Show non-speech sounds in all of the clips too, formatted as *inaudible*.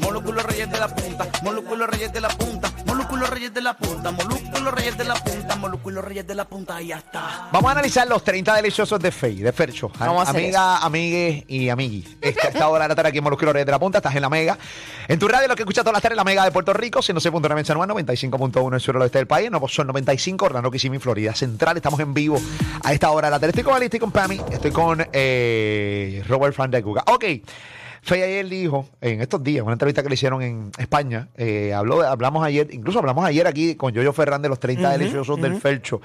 Molúsculos reyes de la punta, molúsculos reyes de la punta, molúsculos reyes de la punta, molúsculos reyes de la punta, molúsculos reyes de la punta y ya está. Vamos a analizar los 30 deliciosos de Fey, de Fercho. A- Vamos a hacer Amiga, amigues y amiguis. Esta, esta hora de la tarde aquí en Molusquero Reyes de la Punta, estás en la Mega. En tu radio, lo que escuchas todas las tardes, la Mega de Puerto Rico, 106.9 en San Juan, 95.1 en el sur oeste del país, en Nuevo Sol 95, Orlando, Kissimmee, Florida Central. Estamos en vivo a esta hora de la tarde. Estoy con Ali, estoy con Pami, estoy con eh, Robert Fran de Guga. Ok. Fey ayer dijo, en estos días, una entrevista que le hicieron en España, eh, habló, hablamos ayer, incluso hablamos ayer aquí con Yoyo Ferran de los 30 deliciosos del Fercho,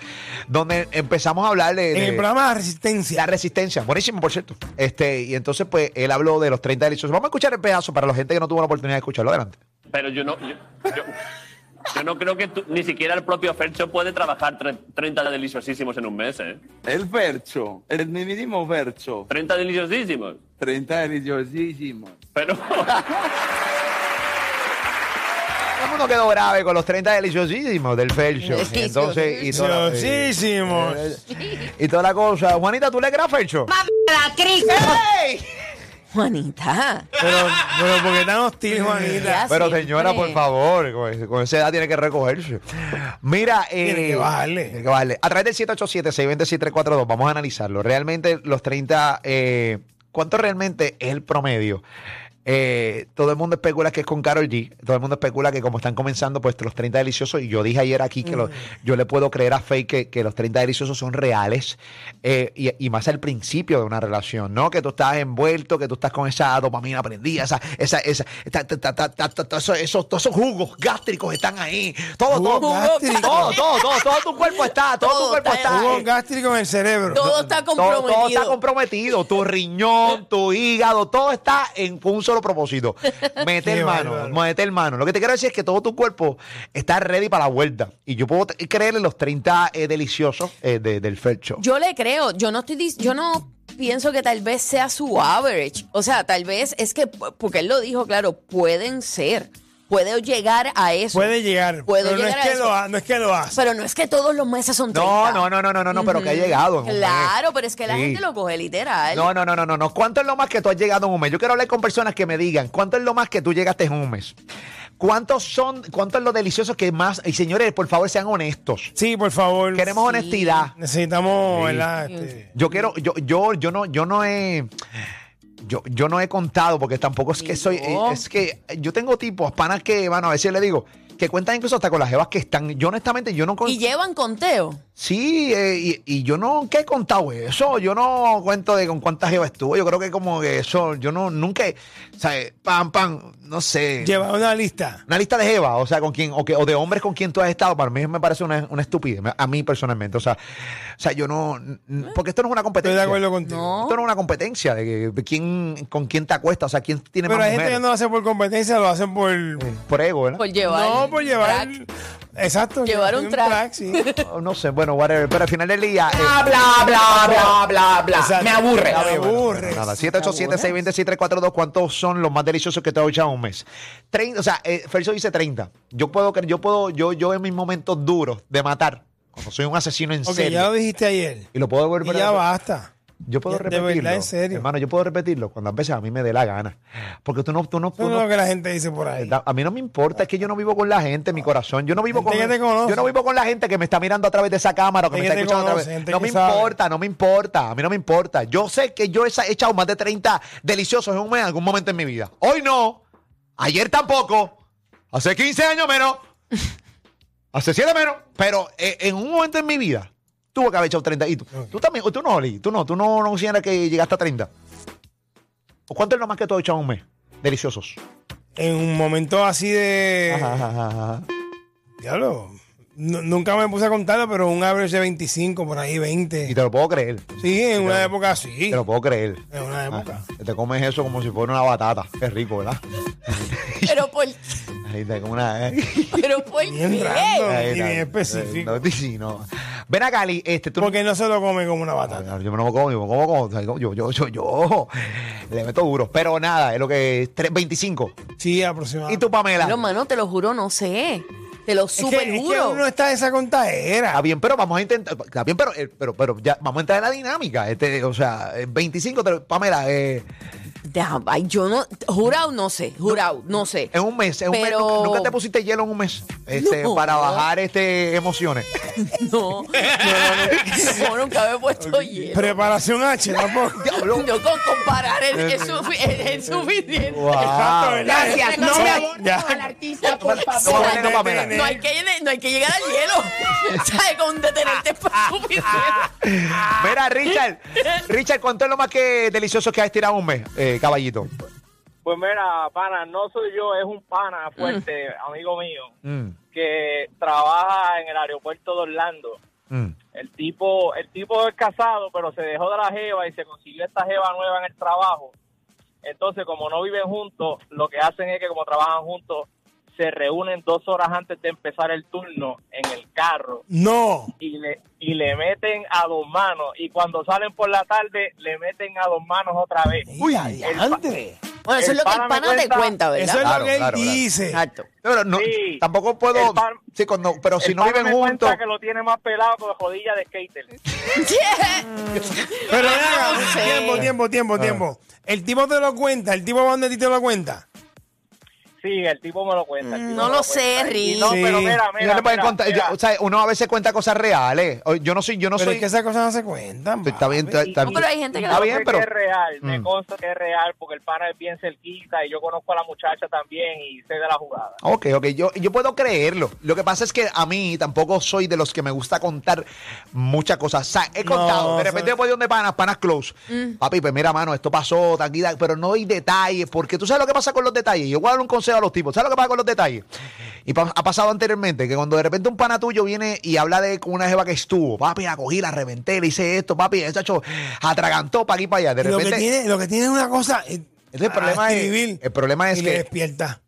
donde empezamos a hablar de... En el de- programa de la Resistencia. resistencia, buenísimo, por cierto. Este, y entonces, pues, él habló de los 30 deliciosos. Vamos a escuchar el pedazo para la gente que no tuvo la oportunidad de escucharlo. Adelante. Pero yo no, yo, yo- yo no creo que tú- ni siquiera el propio Fercho puede trabajar tre- 30 deliciosísimos en un mes, ¿eh? El verso, el mínimo verso, 30 deliciosísimos. 30 deliciosísimos. Pero, Todo el mundo quedó grave con los 30 deliciosísimos del Felcho. Y entonces, y eh, toda, la- eh, Deliciosísimos. y toda la cosa. Juanita, ¿tú le creas Felcho? la Cristo! ¡Ey! Juanita. Pero, pero porque tan hostil, Juanita. Ya Pero siempre. señora, por favor, con, ese- con esa edad tiene que recogerse. Mira, eh, Tiene que bajarle. tiene que bajarle. A través del 787-626-342 vamos a analizarlo. Realmente los 30, eh, ¿cuánto realmente es el promedio? Eh, todo el mundo especula que es con Carol G. Todo el mundo especula que como están comenzando, pues los 30 deliciosos, y yo dije ayer aquí que lo- Mm. yo le puedo creer a Faye que, que los 30 deliciosos son reales, eh, y, y más al principio de una relación, ¿no? Que tú estás envuelto, que tú estás con esa dopamina prendida, esa, esa, esa, ta- ta- ta- ta- ta- ta- ta- esos, esos- todos esos jugos gástricos están ahí. Todo, todo, Jugos todo, gástricos. todo, todo, todo tu cuerpo está, todo, tu Todo cuerpo está- está. Hubo eh, un gástrico en el cerebro. Todo está comprometido. todo, todo está comprometido. Tu riñón, tu hígado, todo está en un solo *laughs* propósito. Mete el Qué mano, bárbaro. mete el mano. Lo que te quiero decir es que todo tu cuerpo está ready para la vuelta. Y yo puedo t- creer en los 30 eh, deliciosos eh, de- del Felcho. Yo le creo, yo no estoy dic- yo no pienso que tal vez sea su average. O sea, tal vez es que, porque él lo dijo, claro, pueden ser. Puede llegar a eso. Puede llegar. Puedo pero llegar no, es a que eso. lo ha- no es que lo hace. Pero no es que todos los meses son 30. No, no, no, no, no, no, no, pero que ha llegado. en un mes. Claro, pero es que la Sí. gente lo coge literal. No, no, no, no, no, no. ¿Cuánto es lo más que tú has llegado en un mes? Yo quiero hablar con personas que me digan, ¿cuánto es lo más que tú llegaste en un mes? ¿Cuántos son, cuánto es lo delicioso que más? Y señores, por favor, sean honestos. Sí, por favor. Queremos honestidad. Necesitamos, Sí. ¿verdad? Este, Yo quiero, yo, yo, yo no, yo no he. Yo, yo no he contado porque tampoco es que soy. eh, No. Es que yo tengo tipos, panas que, mano, a veces le digo, que cuentan incluso hasta con las jevas que están. Yo honestamente, yo no. con- Y llevan conteo. Sí, eh, y, y yo no, ¿qué he contado eso? Yo no cuento de con cuántas jevas estuvo. Yo creo que como que eso, yo no, nunca, ¿sabes? Pam, pam, no sé. Lleva una lista. Una lista de jeva, o sea, con quien, o, que, o de hombres con quien tú has estado, para mí me parece una, una estupidez, a mí personalmente. O sea, o sea, yo no, n- n- porque esto no es una Estoy competencia. de acuerdo contigo. No. Esto no es una competencia de, que- de quién, con quién te acuestas, o sea, quién tiene Pero más hay gente que mujeres. no lo hace por competencia, lo hacen por. Por ego, ¿verdad? Por llevar. No, por llevar. track. Exacto. Llevar un track. *laughs* sí. No, no sé, bueno, whatever. Pero al final del día. eh, Ah, bla, bla, bla, bla, bla. Exacto. Me aburre. Me bueno, pues, aburre. nada, 787-626-342, ¿cuántos son los más deliciosos que te has echado en un mes? 30, o sea, eh, Ferso dice 30. Yo puedo, cre- yo puedo, yo, yo en mis momentos duros de matar, cuando soy un asesino en Ok, serio. ya lo dijiste ayer. Y lo puedo volver a Y ya hacer. basta. Yo puedo De repetirlo. verdad, en serio. Hermano, yo puedo repetirlo cuando a veces a mí me dé la gana. Porque tú no, tú no, tú Eso no no- es lo que la gente dice por ahí. a mí no me importa, es que yo no vivo con la gente, mi corazón. Yo no vivo Gente con que te conoce. Yo no vivo con la gente que me está mirando a través de esa cámara o que me está Gente que te escuchando a conoce, través. gente No que me sabe. importa, no me importa, a mí no me importa. Yo sé que yo he echado más de 30 deliciosos en un mes en algún momento en mi vida. Hoy no, ayer tampoco, hace 15 años *laughs* menos, hace 7 menos, pero eh, en un momento en mi vida tuve que haber echado 30 y tú, tú también, o tú no, Oli, tú no, tú no, no consideras que llegaste a 30. ¿O cuánto es lo más que tú has echado en un mes? Deliciosos. En un momento así de. Ajá, ajá, ajá. Diablo. nu- nunca me puse a contarlo, pero un average de 25, por ahí Y 20. te lo puedo creer. Sí, en una época así. Te lo puedo creer. En una época. Ajá. Te comes eso como si fuera una batata. Es rico, ¿verdad? Pero por, Ahí te comes una. eh, *laughs* pero por Bien qué. random. Ahí y está. bien específico. No, sí, no. Ven acá, Cali, este, tú Porque no se lo come como una batata. Yo me lo como, yo me como, como, o sea, yo, yo, yo, yo, yo. *laughs* le meto duro. Pero nada, es lo que es tres- 25. Sí, aproximadamente. ¿Y tú, Pamela? No, mano, te lo juro, no sé. Te lo Es que, super es que juro. uno está en esa Está contadera. bien, pero vamos a intentar. Está bien, pero, eh, pero, pero ya vamos a entrar en la dinámica. Este, o sea, eh, 25, te- Pamela, eh, Ya, ay, yo no, jurado no sé, jurado, no sé. en un mes. En un mes, Pero- nunca, nunca te pusiste hielo en un mes este, No. para bajar este, emociones. No, no, no, no, yo nunca me he puesto hielo. Preparación *laughs* H, tampoco. Diablo. Yo con comparar es, es sufi- es- es suficiente. Wow. Gracias. No me Ya. abundas al artista, por No, favor. Pamela, no, Pamela. No hay, que, no hay que llegar al hielo. ¿Sabes? Con un detergente para suficiente. Mira, Richard, Richard, ¿cuánto es lo más que delicioso que has tirado un mes, eh, caballito? Pues mira, pana, no soy yo, es un pana fuerte, amigo mío, Mm, que trabaja en el aeropuerto de Orlando. mm. El tipo, el tipo es casado, pero se dejó de la jeva y se consiguió esta jeva nueva en el trabajo. Entonces, como no viven juntos, lo que hacen es que como trabajan juntos, se reúnen dos horas antes de empezar el turno en el carro No. y le, y le meten a dos manos. Y cuando salen por la tarde, le meten a dos manos otra vez. Uy, adiante. Bueno, eso El es lo que pana el me pana te cuenta- cuenta, Eso es ¿verdad? Claro, lo que él claro, claro. dice. Exacto. Pero no, Sí. tampoco puedo. El pan- sí, cuando- pero si El no pana viven me cuenta juntos. que lo tiene más pelado que jodilla de skater. Pero ven No acá, sé. tiempo, tiempo, tiempo, tiempo. El tipo te lo cuenta, el tipo va donde a ti te lo cuenta. Sí, el tipo me lo cuenta. el tipo Mm. No me lo sé, cuenta. Y Rick. No, pero Sí. mira, Yo no mira, le puedo mira, contar- mira. yo- o sea, uno a veces cuenta cosas reales. O- Yo no soy, yo no Pero soy. Pues es que esas cosas no se cuentan. Está bien, está, está No, pero hay gente que está lo- bien, sé pero que es real, me Mm. consta que es real porque el pana es bien cerquita y yo conozco a la muchacha también y sé de la jugada. Ok, ok, yo, yo puedo creerlo. Lo que pasa es que a mí tampoco soy de los que me gusta contar muchas cosas. O sea, he No, contado, de o sea- repente voy donde panas, panas close. Papi, pues mira, mano, esto pasó, tranquila, pero no hay detalles, porque tú sabes lo que pasa con los detalles. Yo voy a dar un consejo a los tipos, ¿sabes lo que pasa con los detalles? Y pa- ha pasado anteriormente, que cuando de repente un pana tuyo viene y habla de con una jeva que estuvo, papi, la cogí, la reventé, le hice esto, papi, el chacho atragantó para aquí para allá. De lo, repente, que tiene, lo que tiene es una cosa. eh, Entonces, el problema a es- el problema es y que- le despierta.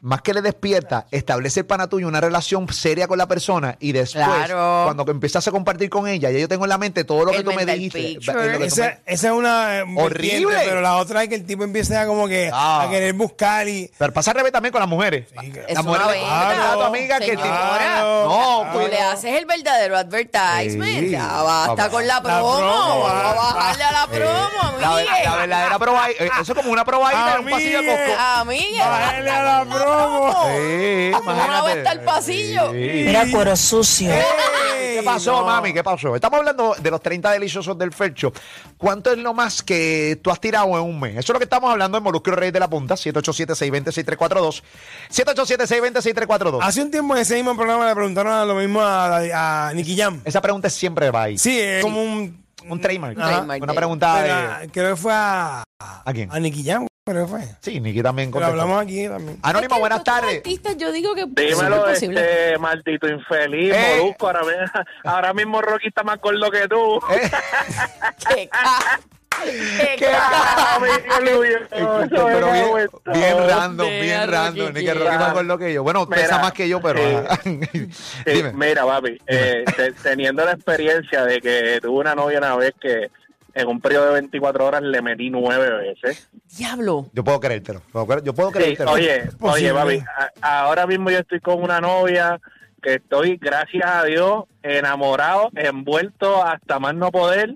más que le despierta, establece el pana tuyo una relación seria con la persona y después, Claro. cuando que empiezas a compartir con ella, ya yo tengo en la mente todo lo que El tú me mental dijiste. picture. va- es lo que tú Esa, me- esa es una. eh, Horrible. vertiente, Pero la otra es que el tipo empiece a como que Ah. a querer buscar y. Pero pasa al revés también con las mujeres. claro. Las Eso mujeres no le es, cuentan a tu claro, amiga que te- señora. No, Claro. Tú pues- le haces el verdadero advertisement. Sí. Ya basta Vamos. con la La promo. promo, Vamos a ah, bajarle a la promo, Eh, la, amigue. la verdadera proba- eh, Eso es como una probadita en un Amigue. pasillo de Costco. Ah, Amigue, Bájale a la promo. Sí, Como una imagínate. vuelta al pasillo. Sí. Era cuero sucio. ¿Qué pasó, mami? ¿Qué pasó? Estamos hablando de los 30 deliciosos del Fercho. ¿Cuánto es lo más que tú has tirado en un mes? Eso es lo que estamos hablando en Molusco y Rey de la Punta, 787-620-6342. 787-620-6342. Hace un tiempo en ese mismo programa le preguntaron lo mismo a, a Nicky Jam. Esa pregunta es siempre va ahí. Sí, es como un. Un trademark. Ajá. trademark Una de- pregunta pero, de... ah, creo que fue a, ¿A quién? a Nicky Jam, creo que fue. Sí, Niki también Pero contestó. hablamos aquí también. Anónima, buenas tardes. Artistas, yo digo que Dímelo, es imposible. este maldito infeliz, Eh. Molusco. Ahora, ve- *laughs* ahora mismo Rocky está más gordo que tú. Eh, Qué ca- qué ¿Qué? Ah, *laughs* amigo Luis, eso es *laughs* pero una bien, vuelta. bien random, Rocky bien random. Niki Rocky Jam. más gordo que yo. Bueno, pesa Mira, eh, más que yo, pero... sí. ajá. Sí, *laughs* Dime. Mira, papi, eh, te- teniendo la experiencia de que tuve una novia una vez que en un periodo de 24 horas le metí nueve veces. Diablo. Yo puedo creértelo. Puedo creer- Yo puedo Sí, creértelo. oye, Posible. oye, papi, a- ahora mismo yo estoy con una novia que estoy, gracias a Dios, enamorado, envuelto hasta más no poder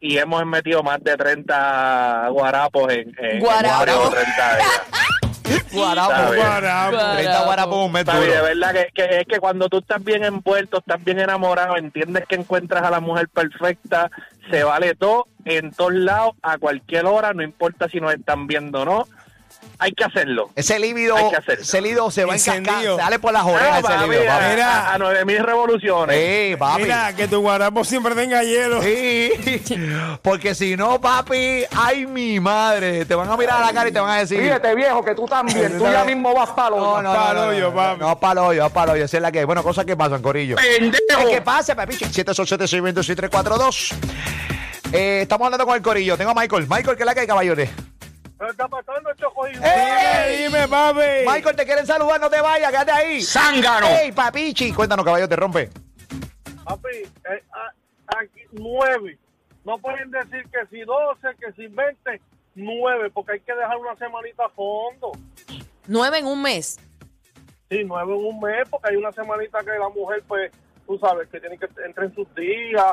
y hemos metido más de 30 guarapos en, en, en Guarapos. un periodo de 30 días. Guarapo, Está guarapo. bien. Guarapo. 30 Ah, pues, guarapos un mes Está bien, de duro. verdad que, que es que cuando tú estás bien envuelto, estás bien enamorado, entiendes que encuentras a la mujer perfecta, se vale todo, en todos lados, a cualquier hora, no importa si nos están viendo o no, hay que hacerlo. Ese líbido, Hay que hacerlo. ese líbido se va a encascar. Encendido. Sale por las orejas Ah, ese papi, líbido, papi. Eh, mira. a, a, 9000 revoluciones. Sí, papi. Mira, que tu guarapo siempre tenga hielo. Sí. Porque si no, papi, ay, mi madre. Te van a mirar a la cara y te van a decir. Fíjate, viejo, que tú también. Tú ya mismo vas para No, no, los. no, Pa'l no, no, hoyo, no, papi. No, palo hoyo, palo hoyo. Esa es la que. Bueno, cosas que pasan, Corillo. ¡Pendejo! ¿Qué pasa, papi? 787-620-6342. Eh, estamos hablando con el Corillo. Tengo a Michael. Michael, ¿qué es la que hay, caballones? está pasando, Dime, dime, papi. Michael, te quieren saludar, no te vayas, quédate ahí. ¡Zángano! ¡Ey, papichi! Cuéntanos, caballo, te rompe. Papi, eh, a- aquí nueve. No pueden decir que si 12, que si 20, nueve, porque hay que dejar una semanita a fondo. Nueve en un mes. Sí, nueve en un mes, porque hay una semanita que la mujer, pues, tú sabes, que tiene que entrar en sus días,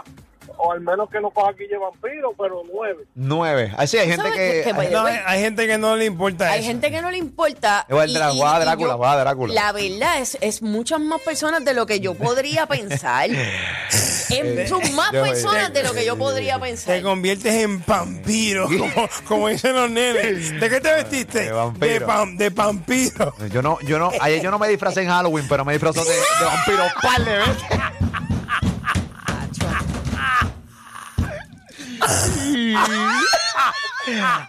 o al menos que no coja aquí llevan vampiro, pero nueve. Nueve. Así hay gente ¿Sabes que. qué- qué hay- vaya? No, hay, hay gente que no le importa Hay eso. gente que no le importa. Voy a Drá- voy a Drácula, voy a Drácula. La verdad es, es muchas más personas de lo que *laughs* yo podría pensar. Es- son más Yo- personas de lo que yo podría Te pensar. conviertes en vampiro, como, como dicen los nenes. ¿De qué te vestiste? De vampiro. De, pam- de vampiro. Yo no, yo no, ayer yo no me disfracé en Halloween, pero me disfrazé de, de vampiro un par de veces.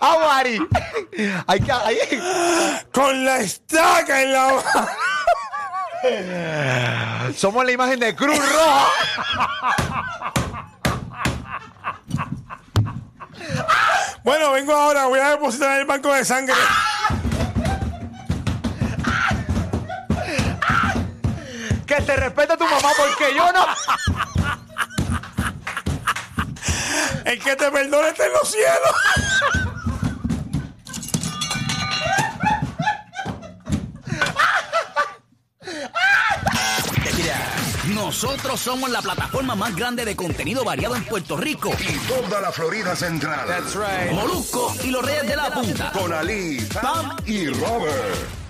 ¡Ah, Mari! Hay que, hay, Con la estaca en la mano. somos la imagen de Cruz Roja. Bueno, vengo ahora, voy a depositar en el banco de sangre. ¡Ah! Que te respete tu mamá porque yo no. El que te perdone está en los cielos. Nosotros somos la plataforma más grande de contenido variado en Puerto Rico. Toda la Florida Central. Molusco y los Reyes de la Punta. Con Ali, Pam y Robert.